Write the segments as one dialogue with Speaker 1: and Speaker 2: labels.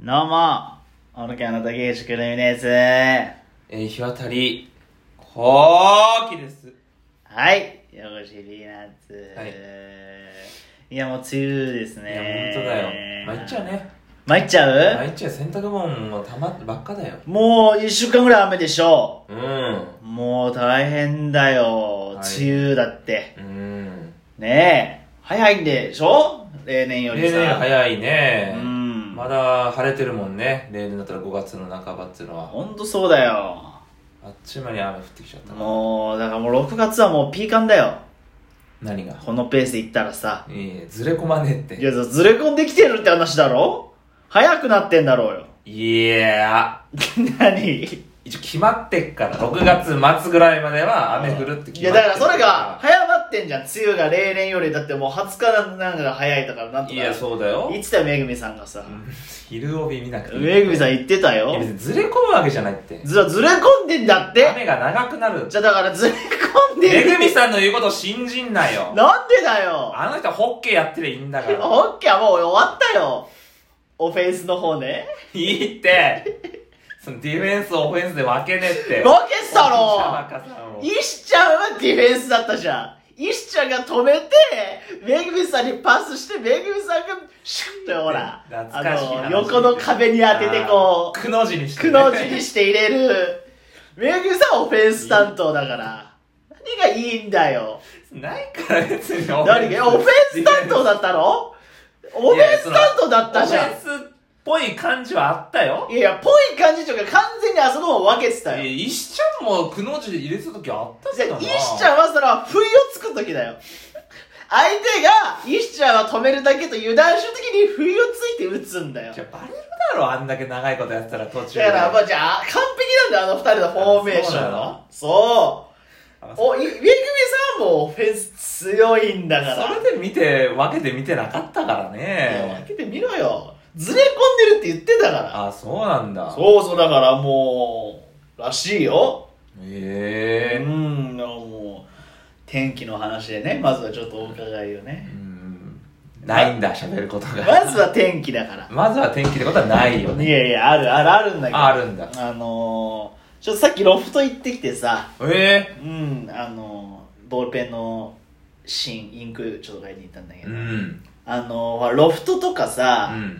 Speaker 1: どうも、愚かな竹内くるみです。
Speaker 2: えー、日渡り、こーきです。
Speaker 1: はい、よろしいリーナッツ。、
Speaker 2: はい
Speaker 1: や、もう梅雨です
Speaker 2: いや、
Speaker 1: ね。
Speaker 2: 本当だよ。参っちゃうね。
Speaker 1: 参っちゃう。
Speaker 2: 参っちゃう。洗濯物もたまばっかだよ。
Speaker 1: もう一週間ぐらい雨でしょ
Speaker 2: うん。
Speaker 1: もう大変だよ。
Speaker 2: はい
Speaker 1: 梅雨だって。
Speaker 2: うん。
Speaker 1: ねえ、早いんでしょ例年より
Speaker 2: 例
Speaker 1: さ。
Speaker 2: 年早いね。
Speaker 1: うん
Speaker 2: まだ晴れてるもんね。例年だったら5月の半ばっていうのは。
Speaker 1: ほんとそうだよ。
Speaker 2: あっちゅう間に雨降ってきちゃったな。
Speaker 1: もう、だからもう6月はもうピーカンだよ。
Speaker 2: 何が
Speaker 1: このペースでいったらさ。
Speaker 2: いいえずれ込まねえっ
Speaker 1: い
Speaker 2: て。
Speaker 1: や、ずれ込んできてるって話だろ早くなってんだろうよ。
Speaker 2: いや
Speaker 1: 何
Speaker 2: 一応決まってっから、6月末ぐらいまでは雨降るって
Speaker 1: い
Speaker 2: 決ま
Speaker 1: や、
Speaker 2: って
Speaker 1: だ
Speaker 2: っ
Speaker 1: からそれが、早まってんじゃん。梅雨が例年より、だってもう20日なんかが早いだから、なんとか。
Speaker 2: いや、そうだよ。
Speaker 1: 言ってたよ、めぐみさんがさ。
Speaker 2: 昼帯見なくていい
Speaker 1: めぐみさん言ってた
Speaker 2: いや
Speaker 1: よ
Speaker 2: 別。にずれ込むわけじゃないって
Speaker 1: ずずれ込んでんだって
Speaker 2: 雨が長くなる
Speaker 1: じゃあだからずれ込んで
Speaker 2: め
Speaker 1: る
Speaker 2: ぐみさんの言うこと信じんなよ
Speaker 1: なんでだよ
Speaker 2: あの人はホッケーやってりゃいいんだか
Speaker 1: オ
Speaker 2: ら
Speaker 1: ッケー、もう終わったよ。オフェンスの方ね。
Speaker 2: いいってそのディフェンスオフェンスで分けねえって
Speaker 1: 分けてたろ
Speaker 2: おじいちゃまかさんを
Speaker 1: 石ちゃんはディフェンスだったじゃん。石ちゃんが止めて、めぐみさんにパスして、めぐみさんが、シュッとほら、
Speaker 2: 懐かしい話
Speaker 1: あの、横の壁に当ててこ
Speaker 2: あーくの字にし
Speaker 1: う、
Speaker 2: て
Speaker 1: くの字にして入れる。めぐみさんはオフェンス担当だから。何がいいんだよ。
Speaker 2: ないから別にオ
Speaker 1: 何が、オフェンス担当だったのオフェンス担当だったじゃん
Speaker 2: オフ。ェンスっぽい感じはあったよ
Speaker 1: いやいや、ぽい感じというか完全にあそこも分けてたよ。
Speaker 2: え石ちゃんもくの字入れてた時あった
Speaker 1: じ
Speaker 2: け
Speaker 1: ゃ
Speaker 2: どな
Speaker 1: あ石ちゃんはそれは不意をつく時だよ相手が石ちゃんは止めるだけと油断した時に不意をついて打つんだよ
Speaker 2: じ
Speaker 1: だ
Speaker 2: ゃあバレるだろあんだけ長いことやってたら途中で
Speaker 1: からまあじゃあ完璧なんだよあの二人のフォーメーションはそう
Speaker 2: あ
Speaker 1: おいめぐみさんもオフェンス強いんだから
Speaker 2: それで見て分けて見てなかったから
Speaker 1: いや分
Speaker 2: ね
Speaker 1: けてみろよずれ込んでるって言ってたから
Speaker 2: あそうなんだ
Speaker 1: そうそうだからもうらしいよう
Speaker 2: え
Speaker 1: んもう天気の話でねまずはちょっとお伺いを
Speaker 2: え
Speaker 1: ね
Speaker 2: うんないんだ喋ることが
Speaker 1: まずは天気だから
Speaker 2: まずは天気ってことはないよ
Speaker 1: い
Speaker 2: ね
Speaker 1: やいや、あるあるあるんだけど。
Speaker 2: ああるんだ
Speaker 1: あのー、ちょっとさっきロフト行ってきてさ、
Speaker 2: え
Speaker 1: うん、あのー、ボールペンの芯、インクちょっと買いに行ったんだけ
Speaker 2: え
Speaker 1: ど、
Speaker 2: うん
Speaker 1: あのー、ほらロフトとか
Speaker 2: う
Speaker 1: さ、
Speaker 2: ん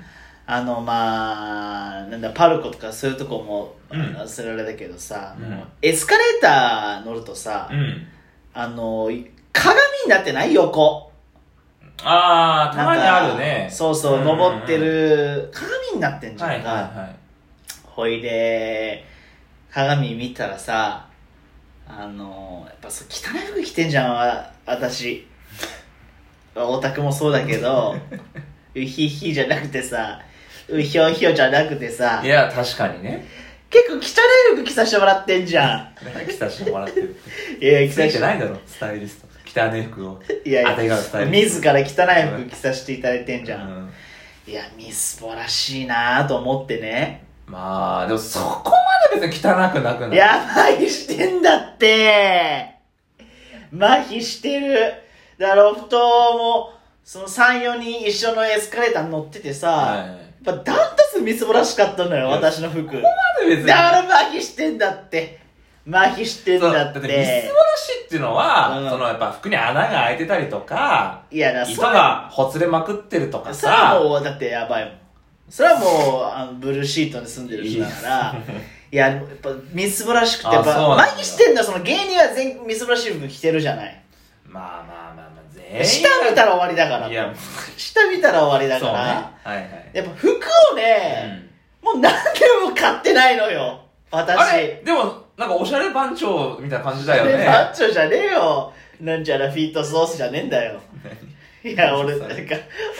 Speaker 1: あの、まあ、なんだ、パルコとかそういうとこも、
Speaker 2: うん
Speaker 1: 忘れられたけどさ、
Speaker 2: うん
Speaker 1: もうエスカレーター乗るとさ、
Speaker 2: うん
Speaker 1: あのー、鏡になってない横。
Speaker 2: ああたまにある
Speaker 1: なん
Speaker 2: ね
Speaker 1: かそうそう、
Speaker 2: んんん
Speaker 1: 登ってる、鏡になってんじゃん
Speaker 2: は
Speaker 1: か。
Speaker 2: いはいはい
Speaker 1: ほいで、鏡見たらさ、あの、やっぱそう汚い服着てんじゃん、わ私。オタクもそうだけど、うひひじゃなくてさ、うひょひょじゃなくてさ
Speaker 2: い、や確かにね
Speaker 1: 結構汚い服着させてもらってんじゃ
Speaker 2: 着させてもらって る
Speaker 1: ん。いや、着
Speaker 2: つ
Speaker 1: さ
Speaker 2: い
Speaker 1: せ
Speaker 2: てないだろスタイリスト汚ね服を
Speaker 1: いやいや
Speaker 2: あてがうスタイリス
Speaker 1: 自
Speaker 2: ト
Speaker 1: ら汚い服着させていただいてんじゃん。
Speaker 2: うん
Speaker 1: いや、みすぼらしいなぁと思ってね。
Speaker 2: まあでもそこまで別に汚くなくない
Speaker 1: や、麻痺してんだって麻痺してる。だからロフトも、その3、4人一緒のエスカレーターに乗っててさ、
Speaker 2: はい
Speaker 1: やっぱダントツみすぼらしかったのよ、
Speaker 2: いや
Speaker 1: 私の服。だ
Speaker 2: なんで別に
Speaker 1: から麻痺してんだって。麻痺してん
Speaker 2: そう
Speaker 1: だ
Speaker 2: だっ
Speaker 1: ってて。
Speaker 2: みすぼらしいっていうのは、
Speaker 1: うん
Speaker 2: そのやっぱ服に穴が開いてたりとか
Speaker 1: いや、だから
Speaker 2: 糸
Speaker 1: それ
Speaker 2: がほつれまくってるとか
Speaker 1: それは
Speaker 2: さ
Speaker 1: もう、だってやばいもん。それはもう、あのブルーシートに住んでる人だ から、いや、やっぱみすぼらしくて、やっ
Speaker 2: あそうな
Speaker 1: ぱ
Speaker 2: んだ
Speaker 1: 麻痺してんだよ、その芸人は全員みすぼらしい服着てるじゃない。
Speaker 2: まあまあまあまあ全員
Speaker 1: 下見たら終わりだから
Speaker 2: いや
Speaker 1: 下見たら終わりだ
Speaker 2: そう
Speaker 1: か
Speaker 2: ね
Speaker 1: ら、
Speaker 2: はいはい、
Speaker 1: やっぱ服をね、も
Speaker 2: うん
Speaker 1: う何年も買ってないのよ私
Speaker 2: あれでもなんかおしゃれ番長みたいな感じだよ
Speaker 1: ねマ
Speaker 2: ね
Speaker 1: ッチョじゃねえよなんちゃらフィートソースじゃねえんだよいや俺なんか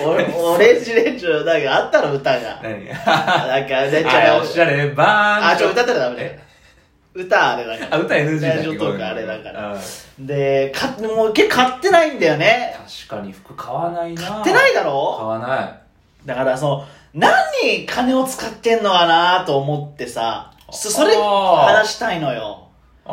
Speaker 1: 俺 オレンジレンジのなんかあったの歌が
Speaker 2: 何
Speaker 1: なんかねち
Speaker 2: あれ
Speaker 1: ゃ
Speaker 2: おしゃれ番長
Speaker 1: あちょ歌ったらダメだよ
Speaker 2: え
Speaker 1: 歌あれだから
Speaker 2: あ歌 NG だ
Speaker 1: ラジオトークあれだから
Speaker 2: うん
Speaker 1: でかもう結構買ってないんだよね
Speaker 2: 確かに服買わないな
Speaker 1: 買ってないだろ
Speaker 2: 買わない
Speaker 1: だからその何に金を使ってんのかなと思ってさそそれ
Speaker 2: あー
Speaker 1: 話したいのよ
Speaker 2: あ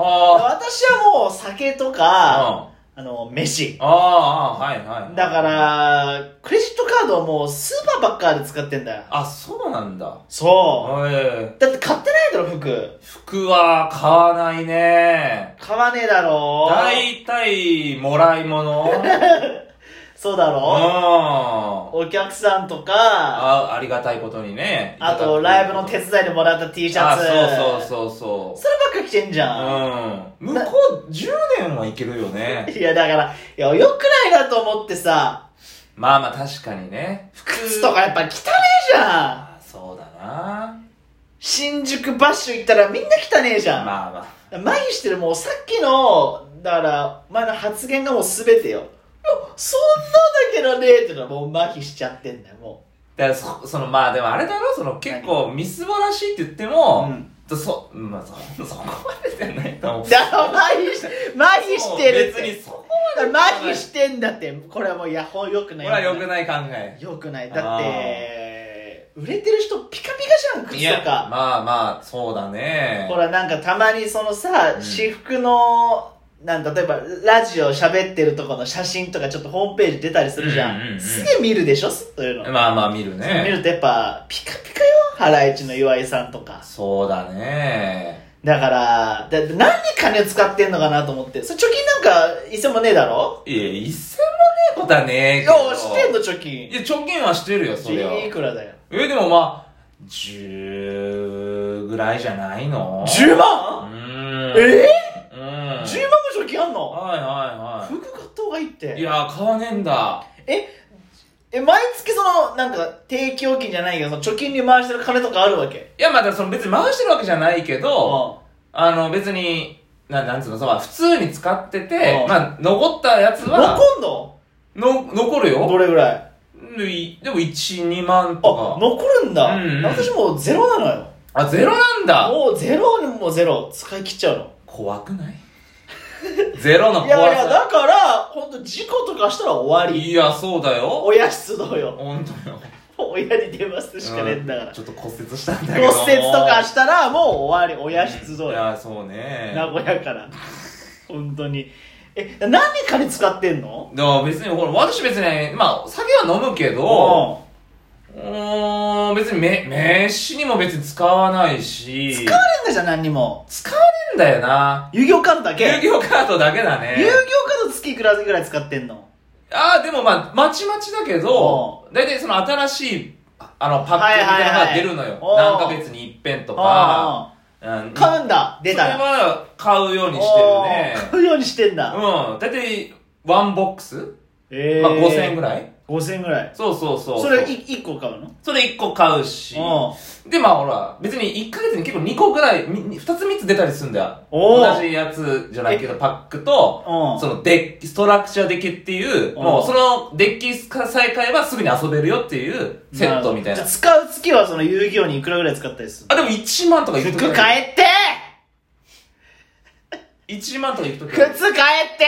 Speaker 1: 私はもう酒とか
Speaker 2: あ
Speaker 1: あの、飯。
Speaker 2: ああ、はいはい。
Speaker 1: だか、ら、クレジットカードはもうスーパーばっかで使ってんだよ。
Speaker 2: あ、そうなんだ。
Speaker 1: そ
Speaker 2: え
Speaker 1: う。だって買ってないだろ、服
Speaker 2: え。服は買わないね。
Speaker 1: 買わねえだろ。
Speaker 2: 大体、もらい物。うん。
Speaker 1: そうだろ。
Speaker 2: あ、
Speaker 1: お客さんとか、
Speaker 2: ありがたいことにね。
Speaker 1: あと、ライブの手伝いでもらった T シャツ。
Speaker 2: あ、そうそうそうそ
Speaker 1: そればっか着てんじゃん。
Speaker 2: う。うん。向こう10年はいけるよね。
Speaker 1: いや、だから、いや、良くないなと思ってさ、
Speaker 2: まあまあ確かにね。
Speaker 1: 靴とかやっぱ汚ねえじゃん。
Speaker 2: あそうだな。
Speaker 1: 新宿バッシュ行ったらみんな汚ねえじゃん。
Speaker 2: まあまあ。
Speaker 1: 前にしてるもうさっきのだから前の発言がもう全てよもうそんなんだけどねってのはもう麻痺しちゃってんだよも
Speaker 2: だからそ、そのまあでもあれだろ、その結構みすぼらしいって言っても、
Speaker 1: うん
Speaker 2: とそ、まあそ、そ こまでじゃないと思う
Speaker 1: う。だから麻痺し麻痺してるって
Speaker 2: 別にそこまで。
Speaker 1: 麻痺してんだってこれはもうヤホーよくない
Speaker 2: ほら、良くない考え。
Speaker 1: よくないだって売れてる人ピカピカじゃん
Speaker 2: い
Speaker 1: 靴
Speaker 2: や
Speaker 1: とか
Speaker 2: まあまあ、そうだね。
Speaker 1: ほらなんかたまにそのさ、
Speaker 2: うん
Speaker 1: 私服のなん例えばラジオ喋ってるとこの写真とかちょっとホームページ出たりするじゃん,、
Speaker 2: うんうんうん
Speaker 1: すげえ見るでしょそういうの
Speaker 2: まあまあ見る
Speaker 1: 見
Speaker 2: ね。
Speaker 1: るとやっぱピカピカよハライチの岩井さんとか
Speaker 2: そうだね。
Speaker 1: だからだ何に金使ってんのかなと思ってそれ貯金なんか一銭もねえだろ
Speaker 2: いや、一銭もねえことはねえ
Speaker 1: い
Speaker 2: け
Speaker 1: や
Speaker 2: ど。
Speaker 1: してんの貯
Speaker 2: い
Speaker 1: 金
Speaker 2: や、貯金はしてるよ、そりゃ。
Speaker 1: いくらだよ
Speaker 2: え、でもまあ、10ぐらいじゃないの
Speaker 1: 10
Speaker 2: う
Speaker 1: 万
Speaker 2: ーん。
Speaker 1: え
Speaker 2: うん。
Speaker 1: ー、?10 万も貯金あんの
Speaker 2: はいはいは
Speaker 1: 服買った方がいいっ
Speaker 2: い。い
Speaker 1: て
Speaker 2: や、買わねえんだ。
Speaker 1: え毎月そのなんか定期預金じゃないけどその貯金に回してる金とかあるわけ
Speaker 2: いや、まあ、だからその別に回してるわけじゃないけど、
Speaker 1: あ
Speaker 2: あの、別に、ななんつうの、その普通に使ってて
Speaker 1: う、ん
Speaker 2: まあ、残ったやつは、
Speaker 1: 残んの
Speaker 2: の残る
Speaker 1: ど
Speaker 2: よ。
Speaker 1: れぐらいあ
Speaker 2: でいでも、1、2万とか。
Speaker 1: 残るんだ、
Speaker 2: うんうん
Speaker 1: 私もうゼロなのよ
Speaker 2: あ、ゼロなんだ
Speaker 1: もうゼロにもゼロ使い切っちゃうの
Speaker 2: 怖くない ゼロの
Speaker 1: い
Speaker 2: 怖
Speaker 1: や
Speaker 2: さ。
Speaker 1: いや、だから、ほんと事故とかしたら終わり。
Speaker 2: いやそうだよ。
Speaker 1: 親出動よ。
Speaker 2: ほんとよ。
Speaker 1: 親に出ますしかねえんだから
Speaker 2: うち。ょっと骨折したんだけ
Speaker 1: 骨
Speaker 2: ど。
Speaker 1: 折とかしたらもう終わり。親出動
Speaker 2: い
Speaker 1: よ。
Speaker 2: や、そうね。
Speaker 1: 名古屋から。ほんとに。え、何に金使ってんの
Speaker 2: だから別に、ほら、私別に、まあ、酒は飲むけど、
Speaker 1: う
Speaker 2: うーん、別にめ、飯にも別に使わないし。
Speaker 1: ん。使われんだじゃん、何にも。
Speaker 2: 使わねえんだよな。
Speaker 1: 遊戯王カードだけ。
Speaker 2: 遊
Speaker 1: 遊
Speaker 2: 戯王カードだけだね
Speaker 1: 戯。王カード月いくらぐらい使ってんの
Speaker 2: ああ、でもまあ、まちまちだけど、だいたいその新しい、ああの、パッケージみたいなのが出るのよ。
Speaker 1: はいはいはい
Speaker 2: 何ヶ月に一遍とか。
Speaker 1: あ
Speaker 2: うん
Speaker 1: あ。買うんだ、出た
Speaker 2: それ
Speaker 1: ら。
Speaker 2: は買うようにしてるね
Speaker 1: おー。買うようにしてんだ。
Speaker 2: うん。だいたい、ワンボックス、
Speaker 1: え
Speaker 2: まあ5000円ぐ
Speaker 1: らい。
Speaker 2: らい
Speaker 1: 5000円ぐらい。
Speaker 2: そうそうそう。
Speaker 1: それい1個買うの
Speaker 2: それ1個買うし。
Speaker 1: うん。
Speaker 2: で、まあほら、別に1ヶ月に結構2個ぐらい、2つ3つ出たりするんだよ。
Speaker 1: おー
Speaker 2: 同じやつじゃないけど、パックと、
Speaker 1: うん。
Speaker 2: そのデッキ、ストラクチャーデッキっていう、
Speaker 1: うん
Speaker 2: もうそのデッキ再開はすぐに遊べるよっていうセットみたいな
Speaker 1: じゃあ。使う月はその遊戯王にいくらぐらい使ったりする
Speaker 2: あ、でも1万とか
Speaker 1: の
Speaker 2: 言うと
Speaker 1: 服買えって
Speaker 2: 1万とか言うときある
Speaker 1: 靴買えって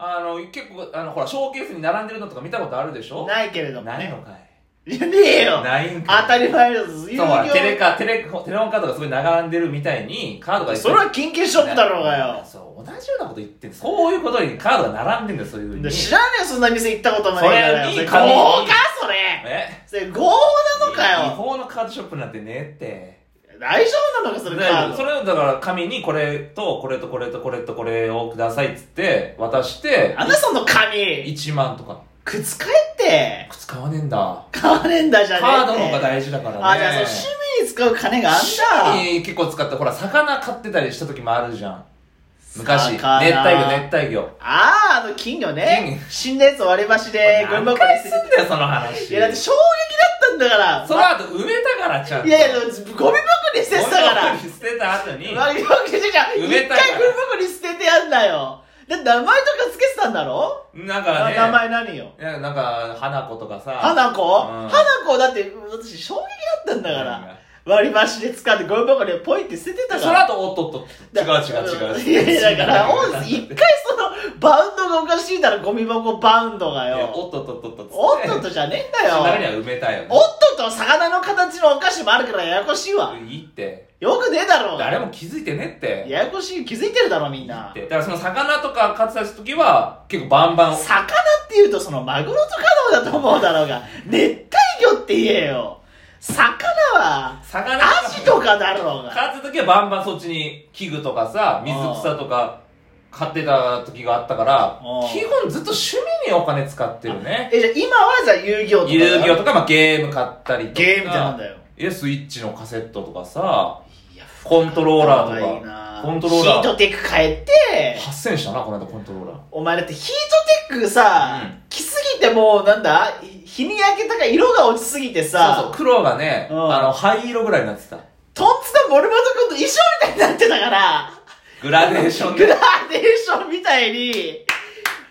Speaker 2: あの、結構、あの、ほら、ショーケースに並んでるのとか見たことあるでしょ
Speaker 1: ないけれども
Speaker 2: ない
Speaker 1: ね。
Speaker 2: のかい。
Speaker 1: いやねえよ
Speaker 2: ないん
Speaker 1: 当
Speaker 2: かい。
Speaker 1: たり前だぞ。遊
Speaker 2: そう、ほら、テレ
Speaker 1: 戯
Speaker 2: カ、テレ、テレホンカードがすごい並んでるみたいに、カードが
Speaker 1: 王。それは緊急ショップだろうがよ。
Speaker 2: そう、同じようなこと言ってんそういうことにカードが並んでんだよ、そういうふうに。
Speaker 1: 知らねえよ、そんな店行ったこともないからよ。
Speaker 2: それいい
Speaker 1: 合
Speaker 2: か
Speaker 1: 法か、それ
Speaker 2: え
Speaker 1: それ合法なのか
Speaker 2: 違
Speaker 1: よ
Speaker 2: 法のカードショップなんてねえって。
Speaker 1: 大丈夫なのか、それカー
Speaker 2: で
Speaker 1: ド。
Speaker 2: それをだから紙にこれとこれとこれとこれとこれをくださいっつって渡して
Speaker 1: あんなその紙
Speaker 2: 1万とか
Speaker 1: 靴買えって
Speaker 2: 靴買わねえんだ
Speaker 1: 買わねえんだじゃねえ
Speaker 2: カードの方が
Speaker 1: 事
Speaker 2: 大事だからね
Speaker 1: あ、じゃあその趣味に使う金があんだ。
Speaker 2: 趣味結構使ってほら魚買ってたりした時もあるじゃん昔熱
Speaker 1: 魚
Speaker 2: 帯魚熱帯魚
Speaker 1: ああ、あの金魚ね
Speaker 2: 金。
Speaker 1: 死んだやつ割り箸でゴミ
Speaker 2: 何
Speaker 1: 箱に
Speaker 2: 回
Speaker 1: 捨
Speaker 2: す
Speaker 1: て
Speaker 2: ん
Speaker 1: て。
Speaker 2: だよその話
Speaker 1: いや、だって衝撃だったんだから。
Speaker 2: その後埋めたからちゃんと
Speaker 1: いやいや、でもゴミ箱に捨ててたから。
Speaker 2: ゴミ捨てた後に
Speaker 1: ゴミ箱に捨てちゃう。
Speaker 2: 埋
Speaker 1: 一
Speaker 2: め
Speaker 1: 回ゴ
Speaker 2: たから
Speaker 1: ミ箱に捨ててやんなよ。だって名前とか付けてたんだろ
Speaker 2: なんか
Speaker 1: な
Speaker 2: ね
Speaker 1: 名前何よ。
Speaker 2: いやなんか花子とかさ
Speaker 1: 花子
Speaker 2: うん
Speaker 1: 花子だって、私衝撃だったんだから。割り箸で使ってゴミ箱にポイって捨ててた
Speaker 2: そ
Speaker 1: か
Speaker 2: の
Speaker 1: ら。
Speaker 2: 後おっとっと違
Speaker 1: だ
Speaker 2: う違う違う
Speaker 1: いやいや、だ から、お一回その、バウンドがおかしいならゴミ箱バウンドが
Speaker 2: いや
Speaker 1: よ。
Speaker 2: おっとっとっとっとつて
Speaker 1: おっとっとじゃねえんだ
Speaker 2: その中に
Speaker 1: よ。
Speaker 2: は埋めたいよね
Speaker 1: おっとっと魚の形のお菓子もあるからややこしいわ。
Speaker 2: いいって
Speaker 1: よくねえだろ
Speaker 2: 誰も気づいてねって。
Speaker 1: ややこしい気づいてるだろみんな
Speaker 2: ってだからその魚とか買ってた時は、結構バンバン、
Speaker 1: 魚っていうとそのマグロとカノだと思うだろうが熱帯魚って言えよ魚は
Speaker 2: 魚
Speaker 1: アジとかだろうが
Speaker 2: 買ってた時はバンバンそっちに器具とかさ、水草とか買ってた時があったから
Speaker 1: うん、
Speaker 2: 基本ずっと趣味にお金使ってるね。
Speaker 1: えじゃあ今はじゃあ遊戯王とかだ
Speaker 2: 遊戯王とか、まあ、ゲーム買ったりとか。
Speaker 1: ゲームってなんだよ
Speaker 2: いや、スイッチのカセットとかさ、
Speaker 1: いや
Speaker 2: コントローラーとか。
Speaker 1: か
Speaker 2: コントローラー
Speaker 1: ヒートテック変えて
Speaker 2: 8000したな、この間コントローラー。
Speaker 1: お前だってヒートテックさ、
Speaker 2: うん
Speaker 1: 着すぎてもうなんだ日に焼けたか色が落ちすぎてさ
Speaker 2: そうそう、黒がね、
Speaker 1: うん
Speaker 2: あの、灰色ぐらいになってた。
Speaker 1: トンツカモルマト君の衣装みたいになってたから
Speaker 2: グラデーション
Speaker 1: グ
Speaker 2: で
Speaker 1: ラ。デーションみたいに森本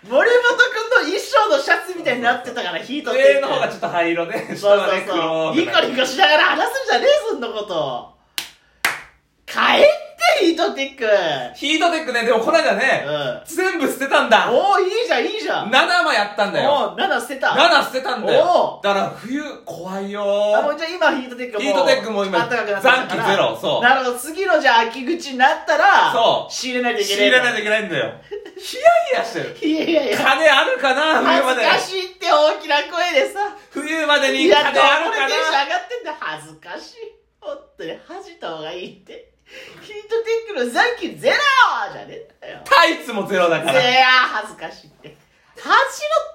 Speaker 1: 君の衣装のシャツみたいになってたからヒートテック
Speaker 2: 上の方がちょっと灰色で、下
Speaker 1: そう
Speaker 2: は
Speaker 1: そう
Speaker 2: ね、
Speaker 1: そ
Speaker 2: 黒
Speaker 1: う
Speaker 2: ぐ
Speaker 1: ニ
Speaker 2: ら
Speaker 1: コ
Speaker 2: い。
Speaker 1: ニコしながら話すんじゃねえそんなこと変えってヒートテック
Speaker 2: ヒートテックね、でもこの間ね、
Speaker 1: う
Speaker 2: 全部捨てたんだ
Speaker 1: んおおいいじゃんいいじゃん
Speaker 2: !7 枚やったんだよ
Speaker 1: おお7捨てた
Speaker 2: !7 捨てたんだ
Speaker 1: お
Speaker 2: よ
Speaker 1: う
Speaker 2: だから冬、怖いよ
Speaker 1: あもうじゃあ今ヒートテックも
Speaker 2: ヒートテックも今
Speaker 1: あったかくなってきたから
Speaker 2: 残機ゼロそう
Speaker 1: なるほど次のじゃあ秋口になったら
Speaker 2: そう
Speaker 1: 仕入れないといけ
Speaker 2: 仕
Speaker 1: ない
Speaker 2: 入れないといけないんだよ。ヒヤヒヤしてる。
Speaker 1: いやいやいや
Speaker 2: 金あるかな冬
Speaker 1: 恥
Speaker 2: まで
Speaker 1: ず。かしいって大きな声でさ
Speaker 2: 冬まで
Speaker 1: い
Speaker 2: に
Speaker 1: や、
Speaker 2: 金あ
Speaker 1: どこ
Speaker 2: る
Speaker 1: でテ
Speaker 2: か
Speaker 1: ンション上がってんだ恥
Speaker 2: な
Speaker 1: ずかしい。ほんとに恥じた方がいいって。ヒートテックの残機ゼロじゃねえんだよ。
Speaker 2: タイツもゼロだから。
Speaker 1: いや、恥ずかしいって。恥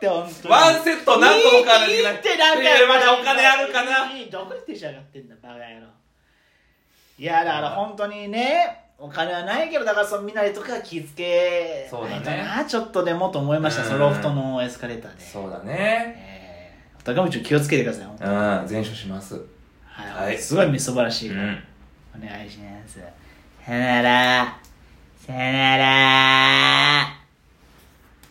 Speaker 1: じろって、ほんとに。
Speaker 2: ワンセット何個も買わなきゃ
Speaker 1: い
Speaker 2: い
Speaker 1: い
Speaker 2: け
Speaker 1: い
Speaker 2: ない
Speaker 1: いってなんか
Speaker 2: 冬までお金あるかない
Speaker 1: いどこでテンション上がってんだ、バカ野郎。いや、だから本当にね、お金はないけど、だからそのみんなでとか気付け
Speaker 2: そ
Speaker 1: な
Speaker 2: うだ
Speaker 1: い
Speaker 2: ね
Speaker 1: とな、ちょっとでもと思いました、
Speaker 2: うん
Speaker 1: そのロフトのエスカレーターで。
Speaker 2: そうだね。
Speaker 1: えー、高道気をつけてください、ほんと
Speaker 2: うん、全書します。
Speaker 1: はい、
Speaker 2: はい
Speaker 1: すごいみそばらしい、
Speaker 2: うん。
Speaker 1: お願いしますさよならさよなら